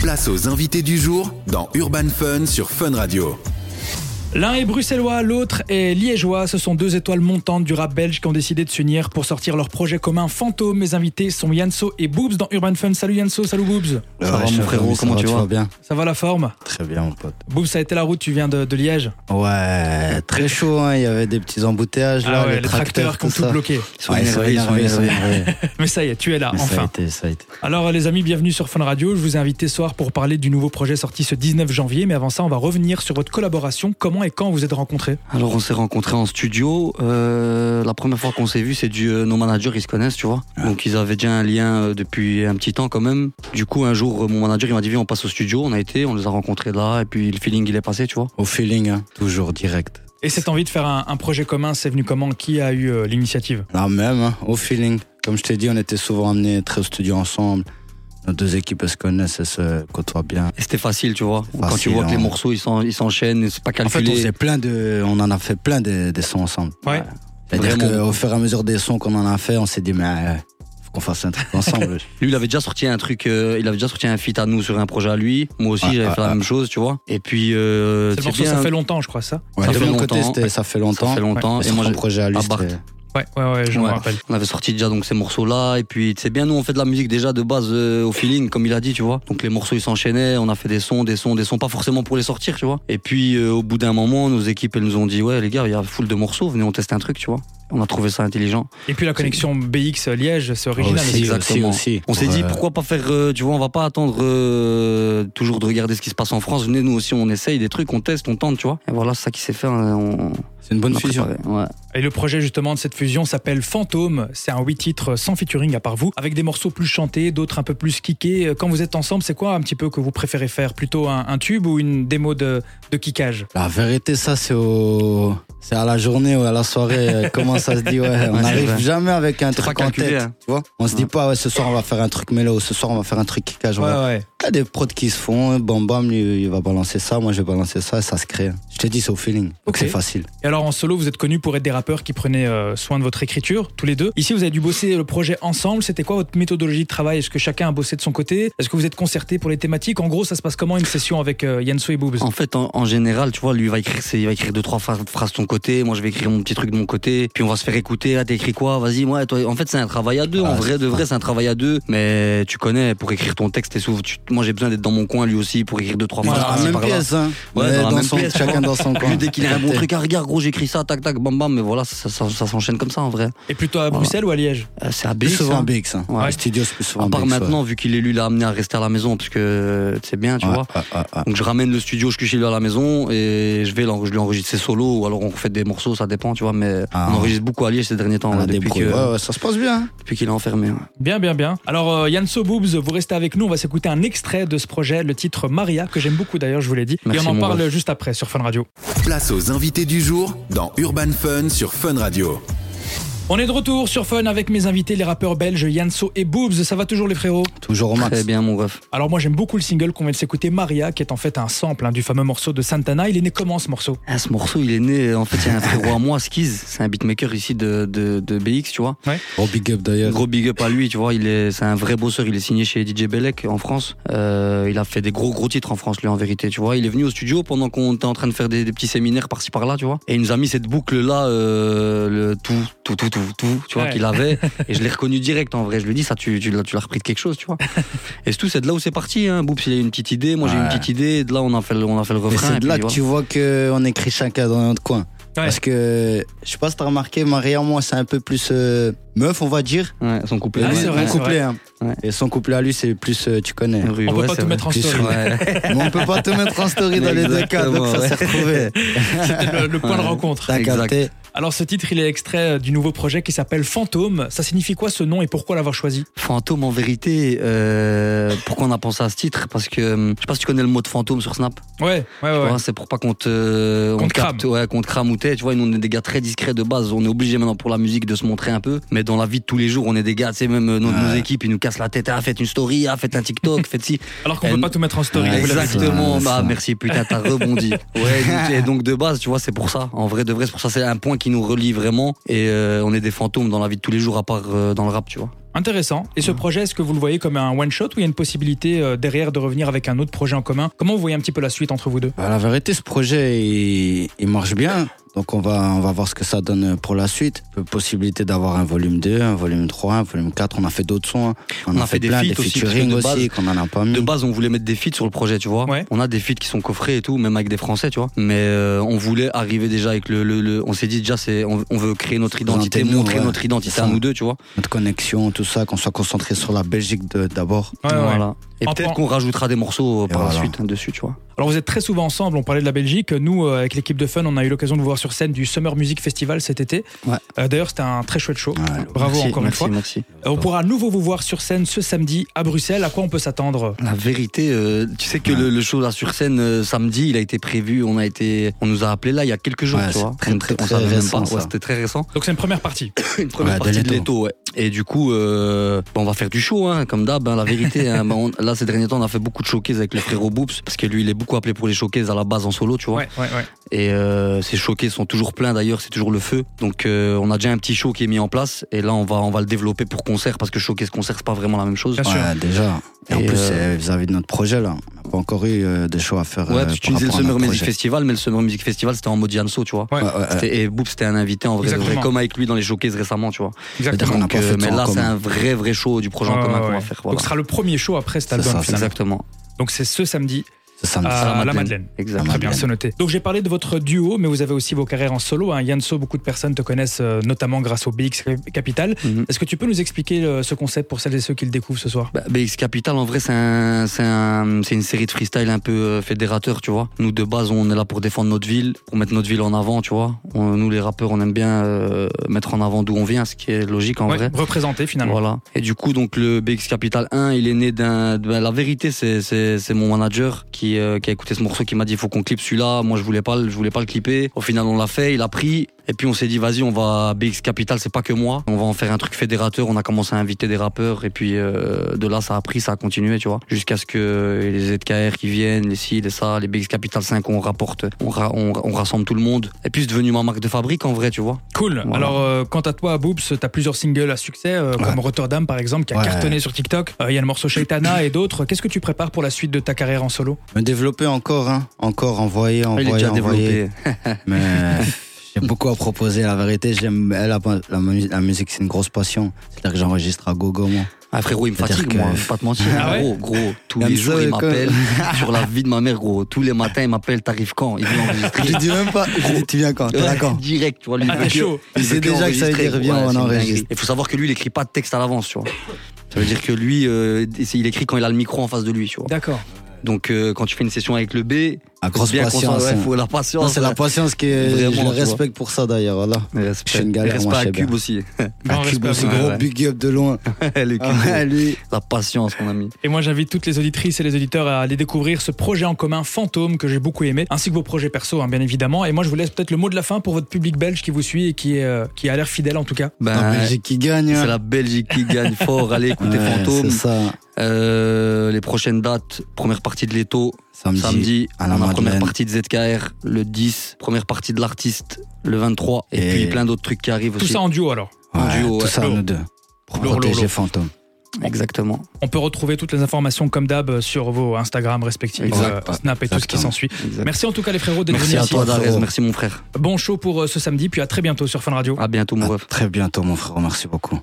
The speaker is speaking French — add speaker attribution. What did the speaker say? Speaker 1: Place aux invités du jour dans Urban Fun sur Fun Radio.
Speaker 2: L'un est bruxellois, l'autre est liégeois. Ce sont deux étoiles montantes du rap belge qui ont décidé de s'unir pour sortir leur projet commun Fantôme. Mes invités sont Yanso et Boobs dans Urban Fun. Salut Yanso, salut Boobs.
Speaker 3: Ça va mon frérot, comment tu vas
Speaker 4: bien
Speaker 2: Ça va la forme
Speaker 4: Très bien mon pote.
Speaker 2: Boobs, ça a été la route, tu viens de, de Liège
Speaker 4: Ouais, très chaud, hein, il y avait des petits embouteillages là,
Speaker 2: les tracteurs qui ont tout
Speaker 4: ça.
Speaker 2: bloqué.
Speaker 4: Ils sont
Speaker 3: Ouais, ils sont
Speaker 4: énervés, ils sont
Speaker 3: énervés,
Speaker 4: énervés.
Speaker 2: Mais ça y est, tu es là,
Speaker 4: Mais Ça a
Speaker 2: enfin.
Speaker 4: été, ça a été.
Speaker 2: Alors les amis, bienvenue sur Fun Radio. Je vous ai invité ce soir pour parler du nouveau projet sorti ce 19 janvier. Mais avant ça, on va revenir sur votre collaboration. Comment et quand vous êtes rencontrés
Speaker 3: Alors on s'est rencontrés en studio. Euh, la première fois qu'on s'est vu, c'est du euh, nos managers, ils se connaissent, tu vois.
Speaker 4: Ah.
Speaker 3: Donc ils avaient déjà un lien euh, depuis un petit temps quand même. Du coup, un jour, euh, mon manager, il m'a dit viens, on passe au studio. On a été, on les a rencontrés là, et puis le feeling, il est passé, tu vois.
Speaker 4: Au feeling, hein, toujours direct.
Speaker 2: Et cette envie de faire un, un projet commun, c'est venu comment Qui a eu euh, l'initiative
Speaker 4: Là même, hein, au feeling. Comme je t'ai dit, on était souvent amenés très au studio ensemble. Nos deux équipes elles se connaissent, elles se côtoient bien.
Speaker 3: Et c'était facile, tu vois. Quand tu
Speaker 4: facile,
Speaker 3: vois que les
Speaker 4: hein.
Speaker 3: morceaux, ils s'en- ils s'enchaînent, c'est pas
Speaker 4: En fait, on,
Speaker 3: calculé.
Speaker 4: s'est plein de, on en a fait plein de, des sons ensemble.
Speaker 2: Ouais.
Speaker 4: C'est-à-dire
Speaker 3: Vraiment.
Speaker 4: qu'au fur et à mesure des sons qu'on en a fait, on s'est dit, mais euh, faut qu'on fasse un truc ensemble.
Speaker 3: Lui, il avait déjà sorti un truc, euh, il avait déjà sorti un feat à nous sur un projet à lui. Moi aussi,
Speaker 4: Ouais,
Speaker 3: j'avais
Speaker 4: ouais,
Speaker 3: fait la
Speaker 4: ouais.
Speaker 3: même chose, tu vois. Et puis, euh,
Speaker 2: C'est le
Speaker 3: c'est
Speaker 2: morceau,
Speaker 3: bien,
Speaker 2: ça fait longtemps, je crois, ça
Speaker 4: Ouais,
Speaker 3: Ça
Speaker 4: de
Speaker 3: fait
Speaker 4: mon côté,
Speaker 3: longtemps.
Speaker 4: c'était- ça fait longtemps.
Speaker 3: ça fait longtemps.
Speaker 4: Et
Speaker 3: Hein, Et moi,
Speaker 4: mon
Speaker 3: j'ai-
Speaker 4: projet à Ah, lui,
Speaker 3: à Barthes.
Speaker 4: c'était-
Speaker 2: Ouais, ouais, ouais, je me
Speaker 3: Ouais.
Speaker 2: rappelle.
Speaker 3: On avait sorti déjà donc ces morceaux-là et puis c'est bien nous on fait de la musique déjà de base euh, au feeling comme il a dit tu vois. Donc les morceaux ils s'enchaînaient, on a fait des sons, des sons, des sons pas forcément pour les sortir tu vois. Et puis euh, au bout d'un moment nos équipes elles nous ont dit ouais les gars il y a full de morceaux, venez on teste un truc tu vois. On a trouvé ça intelligent.
Speaker 2: Et puis la connexion BX-Liège, Oh, c'est original.
Speaker 4: Aussi,
Speaker 2: aussi.
Speaker 3: exactement.
Speaker 4: aussi, aussi.
Speaker 3: On s'est dit
Speaker 4: Ouais.
Speaker 3: pourquoi pas faire euh, tu vois on va pas attendre euh, toujours de regarder ce qui se passe en France, venez nous aussi on essaye des trucs, on teste, on tente tu vois. Et voilà c'est ça qui s'est fait. hein, on...
Speaker 4: C'est une bonne
Speaker 3: on a
Speaker 4: fusion.
Speaker 3: préparé, ouais.
Speaker 2: Et le projet justement de cette fusion s'appelle Fantôme. C'est un 8 titres sans featuring à part vous, avec des morceaux plus chantés, d'autres un peu plus kickés. Quand vous êtes ensemble, c'est quoi un petit peu que vous préférez faire Plutôt un, un tube ou une démo de, de kickage
Speaker 4: La vérité, ça, c'est au... C'est à la journée ou à la soirée, euh, comment ça se dit, ouais. On
Speaker 3: Ouais, c'est
Speaker 4: n'arrive
Speaker 3: vrai.
Speaker 4: jamais avec un
Speaker 3: C'est
Speaker 4: truc
Speaker 3: pas
Speaker 4: en
Speaker 3: calculé,
Speaker 4: tête,
Speaker 3: hein.
Speaker 4: tu vois. On se dit
Speaker 3: Ouais.
Speaker 4: pas, ouais, ce soir, on va faire un truc mélo, ce soir, on va faire un truc kickage. on va-
Speaker 2: ouais.
Speaker 4: Il y a des prods qui se font, hein. bam bam, lui, il va balancer ça, moi, je vais balancer ça, et ça se crée. hein. Je t'ai dit, c'est au feeling. Donc,
Speaker 2: Ok.
Speaker 4: c'est facile.
Speaker 2: Et alors en solo, vous êtes connus pour être des rappeurs qui prenaient euh, soin de votre écriture, tous les deux. Ici, vous avez dû bosser le projet ensemble. C'était quoi votre méthodologie de travail Est-ce que chacun a bossé de son côté Est-ce que vous êtes concertés pour les thématiques En gros, ça se passe comment une session avec euh, Yansu et Boobs
Speaker 3: En fait, en, en général, tu vois, lui il va écrire, ses- il va écrire deux trois phrases, phrases de son côté. Moi, je vais écrire mon petit truc de mon côté. Puis on va se faire écouter. Ah, t'écris quoi Vas-y, moi. Toi. En fait, c'est un travail à deux. en
Speaker 4: Ah,
Speaker 3: vrai, de vrai, c'est un travail à deux. Mais tu connais, pour écrire ton texte, t'es souvent. tu- moi, j'ai besoin d'être dans mon coin, lui aussi, pour écrire deux trois
Speaker 4: Dans
Speaker 3: phrases.
Speaker 4: la
Speaker 3: par-ci,
Speaker 4: même
Speaker 3: par-là.
Speaker 4: pièce, hein.
Speaker 3: Ouais,
Speaker 4: Mais
Speaker 3: dans la
Speaker 4: dans
Speaker 3: même
Speaker 4: son-
Speaker 3: pièce, tu
Speaker 4: Chacun dans son coin.
Speaker 3: Lui, dès qu'il a un bon
Speaker 4: Capté.
Speaker 3: truc, ah, regarde, gros, j'écris ça, tac, tac, bam, bam. Mais voilà, ça, ça, ça- ça s'enchaîne comme ça, en vrai.
Speaker 2: Et plutôt à Bruxelles ou à Liège
Speaker 3: Euh, c'est à
Speaker 4: Plus
Speaker 3: BX,
Speaker 4: souvent
Speaker 3: hein.
Speaker 4: BX, hein.
Speaker 3: Ouais.
Speaker 4: Le Studio, c'est plus souvent
Speaker 3: À part
Speaker 4: BX, ouais.
Speaker 3: maintenant, vu qu'il est lui, l'a amené à rester à la maison, parce que euh, c'est bien, tu
Speaker 4: Ouais,
Speaker 3: vois.
Speaker 4: ouais, ouais, ouais.
Speaker 3: Donc je ramène le studio, je suis chez lui à la maison et je vais l'en- je lui enregistre ses solos ou alors on refait des morceaux, ça dépend, tu vois. Mais
Speaker 4: Ah.
Speaker 3: on enregistre beaucoup à Liège ces derniers temps,
Speaker 4: On
Speaker 3: là,
Speaker 4: a des
Speaker 3: depuis
Speaker 4: pros.
Speaker 3: que-
Speaker 4: Ouais, ouais, ça se passe bien. hein.
Speaker 3: depuis qu'il est enfermé. ouais.
Speaker 2: Bien, bien, bien. Alors, euh, Yanso Boobs, vous restez avec nous. On va s'écouter un extrait de ce projet, le titre Maria, que j'aime beaucoup d'ailleurs, je vous l'ai dit.
Speaker 3: Merci,
Speaker 2: Et on en
Speaker 3: mon
Speaker 2: parle
Speaker 3: ref.
Speaker 2: juste après sur Fun Radio.
Speaker 1: Place aux invités du jour dans Urban Fun sur Fun Radio.
Speaker 2: On est de retour sur Fun avec mes invités, les rappeurs belges Yanso et Boobs. Ça va toujours, les frérots
Speaker 4: Toujours au max.
Speaker 3: Très bien, mon ref.
Speaker 2: Alors, moi, j'aime beaucoup le single qu'on vient de s'écouter, Maria, qui est en fait un sample hein, du fameux morceau de Santana. Il est né comment ce morceau
Speaker 3: Ah, ce morceau, il est né. En fait, il y a un frérot à moi, Skiz. C'est un beatmaker ici de, de, de BX, tu vois.
Speaker 4: Gros Oh, big up d'ailleurs.
Speaker 3: Gros big up à lui, tu vois. Il est, c'est un vrai bosseur. Il est signé chez DJ Belek en France. Euh, il a fait des gros gros titres en France, lui, en vérité, tu vois. Il est venu au studio pendant qu'on était en train de faire des, des petits séminaires par-ci par-là, tu vois. Et il nous a mis cette boucle là, le tout, tout, tout, tout, tout, tu vois,
Speaker 2: Ouais.
Speaker 3: qu'il avait. Et je l'ai reconnu direct en vrai. Je lui dis ça, tu, tu, l'as- tu l'as repris de quelque chose, tu vois. Et c'est tout. C'est de là où c'est parti. Hein. Boops, il a eu une petite idée. Moi, j'ai eu une
Speaker 4: Ouais.
Speaker 3: petite idée. Et de là, on a fait le, on a fait le
Speaker 4: Mais
Speaker 3: refrain.
Speaker 4: c'est
Speaker 3: et
Speaker 4: de
Speaker 3: puis,
Speaker 4: là
Speaker 3: tu
Speaker 4: que
Speaker 3: vois.
Speaker 4: tu vois qu'on écrit chacun dans notre coin. Parce que, je sais pas si t'as remarqué, Maria, moi, c'est un peu plus euh, meuf, on va dire.
Speaker 3: Ouais, son couplet.
Speaker 2: Ah,
Speaker 3: ouais.
Speaker 2: c'est vrai,
Speaker 4: Mon
Speaker 2: c'est
Speaker 4: couplet, hein.
Speaker 3: Ouais.
Speaker 4: Et son couplet à lui, c'est plus, euh, tu connais.
Speaker 3: Rue,
Speaker 2: On peut
Speaker 3: ouais,
Speaker 2: pas
Speaker 3: c'est
Speaker 2: tout
Speaker 3: vrai.
Speaker 2: mettre en
Speaker 4: Plus
Speaker 2: story.
Speaker 3: Ouais.
Speaker 4: Mais on peut pas te mettre en story dans les deux cas, donc ça
Speaker 3: Exactement,
Speaker 4: s'est
Speaker 3: ouais.
Speaker 4: retrouvé.
Speaker 2: C'était le, le point de
Speaker 3: Ouais.
Speaker 2: rencontre.
Speaker 4: T'as
Speaker 3: Exact.
Speaker 4: capté.
Speaker 2: Alors, ce titre, il est extrait euh, du nouveau projet qui s'appelle Fantôme. Ça signifie quoi ce nom et pourquoi l'avoir choisi
Speaker 3: Fantôme en vérité, euh, pourquoi on a pensé à ce titre Parce que euh, je sais pas si tu connais le mot de fantôme sur Snap.
Speaker 2: Ouais, ouais,
Speaker 3: tu
Speaker 2: ouais.
Speaker 3: vois, C'est pour pas qu'on te, euh,
Speaker 2: Qu'on
Speaker 3: on
Speaker 2: te crame.
Speaker 3: capte, ouais, qu'on te crame ou t'es. Tu vois, nous on est des gars très discrets de base. On est obligé maintenant pour la musique de se montrer un peu. Mais dans la vie de tous les jours, on est des gars. Tu sais même euh, nos,
Speaker 4: Ouais.
Speaker 3: nos équipes, ils nous cassent la tête. Ah, faites une story, ah, faites un TikTok, faites ci.
Speaker 2: Alors qu'on peut
Speaker 3: Elle-
Speaker 2: pas tout mettre en story.
Speaker 4: Ouais,
Speaker 2: vous l'avez dit.
Speaker 3: Exactement.
Speaker 4: dit.
Speaker 3: Bah merci, putain, t'as rebondi. Ouais. donc- Et donc de base, tu vois, c'est pour ça. En vrai, de vrai, c'est pour ça. C'est un point qui nous relie vraiment. Et euh, on est des fantômes dans la vie de tous les jours, à part euh, dans le rap, tu vois.
Speaker 2: Intéressant. Et ce
Speaker 4: Mm.
Speaker 2: projet, est-ce que vous le voyez comme un one-shot ou il y a une possibilité euh, derrière de revenir avec un autre projet en commun Comment vous voyez un petit peu la suite entre vous deux
Speaker 4: Bah, la vérité, ce projet, il, il marche bien. Donc, on va, on va voir ce que ça donne pour la suite. Possibilité d'avoir un volume 2, un volume 3, un volume 4. On a fait d'autres sons. hein. On, a, fait,
Speaker 3: des
Speaker 4: plein,
Speaker 3: feats
Speaker 4: des
Speaker 3: aussi,
Speaker 4: featuring
Speaker 3: parce que de
Speaker 4: aussi, qu'on en a pas mis.
Speaker 3: De base, on voulait mettre des feats sur le projet, tu vois.
Speaker 2: Ouais.
Speaker 3: On a des feats qui sont coffrés et tout, même avec des Français, tu vois. Mais euh, on voulait arriver déjà avec le. le- le- on s'est dit déjà, c'est, on, on veut créer notre identité,
Speaker 4: Présentez-nous,
Speaker 3: montrer
Speaker 4: ouais.
Speaker 3: notre identité
Speaker 4: C'est ça.
Speaker 3: à nous deux, tu vois.
Speaker 4: Notre connexion, tout ça, qu'on soit concentré sur la Belgique de- d'abord.
Speaker 2: Ouais, ouais, ouais.
Speaker 3: Voilà. Et
Speaker 2: En
Speaker 3: peut-être
Speaker 2: prend-
Speaker 3: qu'on rajoutera des morceaux euh,
Speaker 4: Et
Speaker 3: par la
Speaker 4: voilà.
Speaker 3: suite hein, dessus, tu vois.
Speaker 2: Alors vous êtes très souvent ensemble, on parlait de la Belgique. Nous, euh, avec l'équipe de Fun, on a eu l'occasion de vous voir sur scène du Summer Music Festival cet été.
Speaker 4: Ouais.
Speaker 2: Euh, D'ailleurs, c'était un très chouette show.
Speaker 4: Ouais.
Speaker 2: Bravo
Speaker 3: Merci,
Speaker 2: encore
Speaker 3: merci,
Speaker 2: une fois.
Speaker 3: Merci.
Speaker 2: Euh, On pourra à nouveau vous voir sur scène ce samedi à Bruxelles. À quoi on peut s'attendre
Speaker 3: La vérité, euh, tu sais que le, le show là sur scène euh, samedi, il a été prévu, on a été, on nous a appelé là il y a quelques jours,
Speaker 4: Ouais,
Speaker 3: tu
Speaker 4: c'est
Speaker 3: vois.
Speaker 4: très,
Speaker 3: On-
Speaker 4: très,
Speaker 3: on
Speaker 4: très
Speaker 3: savait même
Speaker 4: récent,
Speaker 3: pas.
Speaker 4: ça.
Speaker 3: Ouais, c'était très récent.
Speaker 2: Donc c'est une première partie.
Speaker 3: Une première
Speaker 4: Ouais, de
Speaker 3: partie de
Speaker 4: l'étau.
Speaker 3: l'étau, ouais. Et du coup, euh, bah, on va faire du show, hein, comme d'hab. hein, la vérité, hein, bah, on- là ces derniers temps, on a fait beaucoup de showcases avec le frérot Boops, parce que lui, il est beaucoup appelé pour les showcases à la base en solo, tu vois.
Speaker 2: Ouais, ouais, ouais.
Speaker 3: Et euh, ces showcases sont toujours pleins d'ailleurs, c'est toujours le feu. Donc euh, on a déjà un petit show qui est mis en place, et là on va on va le développer pour concert, parce que showcase concert c'est pas vraiment la même chose.
Speaker 2: Bien sûr.
Speaker 4: Ouais, déjà. Et, en
Speaker 3: Et,
Speaker 4: plus,
Speaker 3: euh,
Speaker 4: c'est vis-à-vis de notre projet, là, on n'a pas encore eu euh, de choix à faire.
Speaker 3: Ouais,
Speaker 4: euh,
Speaker 3: parce que tu
Speaker 4: par
Speaker 3: disais le
Speaker 4: rapport à
Speaker 3: Summer
Speaker 4: notre
Speaker 3: Music
Speaker 4: projet.
Speaker 3: Festival, mais le Summer Music Festival c'était en mode Janso, tu vois.
Speaker 2: Ouais.
Speaker 4: Ouais, ouais, ouais.
Speaker 3: C'était- Et Boop, c'était un invité en vrai, de vrai,
Speaker 2: Exactement.
Speaker 3: comme avec lui dans les showcases récemment, tu vois.
Speaker 4: C'est-à-dire
Speaker 2: Exactement.
Speaker 4: qu'on a pas
Speaker 3: Que-
Speaker 4: fait de
Speaker 3: mais
Speaker 4: ça en
Speaker 3: là, c'est
Speaker 4: commun.
Speaker 3: un vrai, vrai show du projet en
Speaker 2: Ouais,
Speaker 3: commun
Speaker 2: ouais,
Speaker 3: qu'on
Speaker 2: ouais.
Speaker 3: va faire.
Speaker 2: Donc
Speaker 3: Voilà.
Speaker 2: ce sera le premier show après cet
Speaker 4: C'est
Speaker 2: album.
Speaker 4: ça, c'est
Speaker 2: finalement.
Speaker 3: Exactement.
Speaker 2: Donc c'est ce samedi
Speaker 4: C'est samedi.
Speaker 2: à,
Speaker 3: la
Speaker 2: la
Speaker 3: Madeleine.
Speaker 2: Madeleine.
Speaker 3: Exactement.
Speaker 2: Très bien,
Speaker 4: Madeleine.
Speaker 2: c'est noté. Donc j'ai parlé de votre duo, mais vous avez aussi vos carrières en solo. Hein. Yanso, beaucoup de personnes te connaissent, euh, notamment grâce au BX Capital.
Speaker 3: Mhm.
Speaker 2: Est-ce que tu peux nous expliquer euh, ce concept pour celles et ceux qui le découvrent ce soir
Speaker 3: Bah, BX Capital, en vrai, c'est un, c'est un- c'est une série de freestyle un peu euh, fédérateur, tu vois. Nous, de base, on est là pour défendre notre ville, pour mettre notre ville en avant, tu vois. On- nous, les rappeurs, on aime bien euh, mettre en avant d'où on vient, ce qui est logique en
Speaker 2: Ouais,
Speaker 3: vrai.
Speaker 2: Représenter finalement.
Speaker 3: Voilà. Et du coup, donc le BX Capital 1, il est né d'un. ben, la vérité, c'est c'est c'est mon manager qui euh, qui a écouté ce morceau, qui m'a dit faut qu'on clip celui-là. Moi, je voulais pas, le- je voulais pas le clipper. Au final, on l'a fait, il a pris. Et puis on s'est dit vas-y, on va BX Capital, c'est pas que moi. On va en faire un truc fédérateur. On a commencé à inviter des rappeurs et puis euh, de là, ça a pris, ça a continué, tu vois, jusqu'à ce que les ZKR qui viennent, les ci, les ça, les BX Capital 5, on rapporte, on, ra- on, on rassemble tout le monde. Et puis c'est devenu ma marque de fabrique en vrai, tu vois.
Speaker 2: Cool.
Speaker 3: Voilà.
Speaker 2: Alors, euh, quant à toi, Boops, t'as plusieurs singles à succès, euh, comme Rotterdam par exemple, qui a
Speaker 4: Ouais.
Speaker 2: cartonné sur TikTok. Euh, Il y a le morceau Shaitana et d'autres. Qu'est-ce que tu prépares pour la suite de ta carrière en solo
Speaker 4: Me développer encore, hein. encore, envoyer,
Speaker 3: Ah, Il
Speaker 4: envoyer,
Speaker 3: est déjà
Speaker 4: envoyer.
Speaker 3: développé.
Speaker 4: Mais euh, j'ai beaucoup à proposer, la vérité. J'aime elle, la, la mu- la musique, c'est une grosse passion. C'est-à-dire que j'enregistre à gogo, moi.
Speaker 3: Ah frérot, il me
Speaker 4: C'est-à-dire
Speaker 3: fatigue,
Speaker 4: que-
Speaker 3: moi, je vais pas te mentir.
Speaker 2: Ah ouais
Speaker 3: gros, gros, tous
Speaker 4: Yann
Speaker 3: les jours,
Speaker 4: Zoé,
Speaker 3: il
Speaker 4: quoi.
Speaker 3: m'appelle sur la vie de ma mère, gros. Tous les matins, il m'appelle, t'arrives quand Il veut enregistrer.
Speaker 4: Je dis même pas, je dis, tu viens quand T'es là quand
Speaker 3: Direct, tu vois, lui.
Speaker 2: Ah, t'es chaud.
Speaker 4: Il sait déjà que ça veut dire, viens, on enregistre.
Speaker 3: Il faut savoir que lui, il écrit pas de texte à l'avance, tu vois. Ça veut dire que lui, euh, il écrit quand il a le micro en face de lui, tu vois.
Speaker 2: D'accord.
Speaker 3: Donc, euh, quand tu fais une session avec le B,
Speaker 4: À grosse
Speaker 3: bien qu'on s'en-
Speaker 4: patience.
Speaker 3: ouais,
Speaker 4: hein.
Speaker 3: faut la
Speaker 4: Non,
Speaker 3: patience.
Speaker 4: C'est la patience qui est-
Speaker 3: Vraiment,
Speaker 4: je
Speaker 3: tu
Speaker 4: le
Speaker 3: vois.
Speaker 4: respecte pour ça d'ailleurs, voilà.
Speaker 3: Respect.
Speaker 4: Je suis une galère,
Speaker 3: Respect
Speaker 4: moi, je
Speaker 3: à
Speaker 4: sais bien.
Speaker 3: Cube aussi.
Speaker 2: Grand
Speaker 4: Ah, Cube,
Speaker 2: respect à
Speaker 4: c'est
Speaker 2: vous.
Speaker 4: gros
Speaker 3: ouais.
Speaker 4: big up de loin.
Speaker 3: Le Cube,
Speaker 4: Ah, lui.
Speaker 3: La patience, mon ami.
Speaker 2: Et moi, j'invite toutes les auditrices et les auditeurs à aller découvrir ce projet en commun Fantôme que j'ai beaucoup aimé, ainsi que vos projets perso, hein, bien évidemment. Et moi, je vous laisse peut-être le mot de la fin pour votre public belge qui vous suit et qui, est, euh, qui a l'air fidèle en tout cas.
Speaker 4: La
Speaker 3: Ben,
Speaker 4: Belgique qui gagne.
Speaker 3: c'est
Speaker 4: hein.
Speaker 3: la Belgique qui gagne fort. Allez, écoutez
Speaker 4: Ouais,
Speaker 3: Fantôme.
Speaker 4: C'est ça.
Speaker 3: Euh, les prochaines dates, première partie de l'étau,
Speaker 4: Samedi.
Speaker 3: samedi,
Speaker 4: à la
Speaker 3: on a
Speaker 4: Madeleine.
Speaker 3: première partie de ZKR, le 10, première partie de l'artiste, le 23, et,
Speaker 4: Et-
Speaker 3: puis plein d'autres trucs qui arrivent
Speaker 2: Tout
Speaker 3: aussi.
Speaker 2: ça en duo alors.
Speaker 3: En
Speaker 4: Ouais,
Speaker 3: duo,
Speaker 4: tout
Speaker 3: ouais.
Speaker 4: ça,
Speaker 2: Lourd.
Speaker 4: nous deux. Pour
Speaker 2: Lourd, lourd,
Speaker 4: protéger
Speaker 2: lourd.
Speaker 4: Fantôme.
Speaker 3: Exactement.
Speaker 2: On peut retrouver toutes les informations comme d'hab sur vos Instagram respectifs,
Speaker 3: Exact.
Speaker 2: euh, Snap et tout ce qui
Speaker 4: Exactement.
Speaker 2: s'ensuit.
Speaker 3: Exact.
Speaker 2: Merci en tout cas les frérots d'être
Speaker 3: Merci
Speaker 2: venus
Speaker 3: à
Speaker 2: ici.
Speaker 3: toi,
Speaker 4: frérot.
Speaker 3: Darès. Merci, mon frère.
Speaker 2: Bon show pour euh, ce samedi, puis à très bientôt sur Fun Radio.
Speaker 3: À bientôt, mon
Speaker 4: À
Speaker 3: ref.
Speaker 4: Très bientôt, mon frère. Merci beaucoup.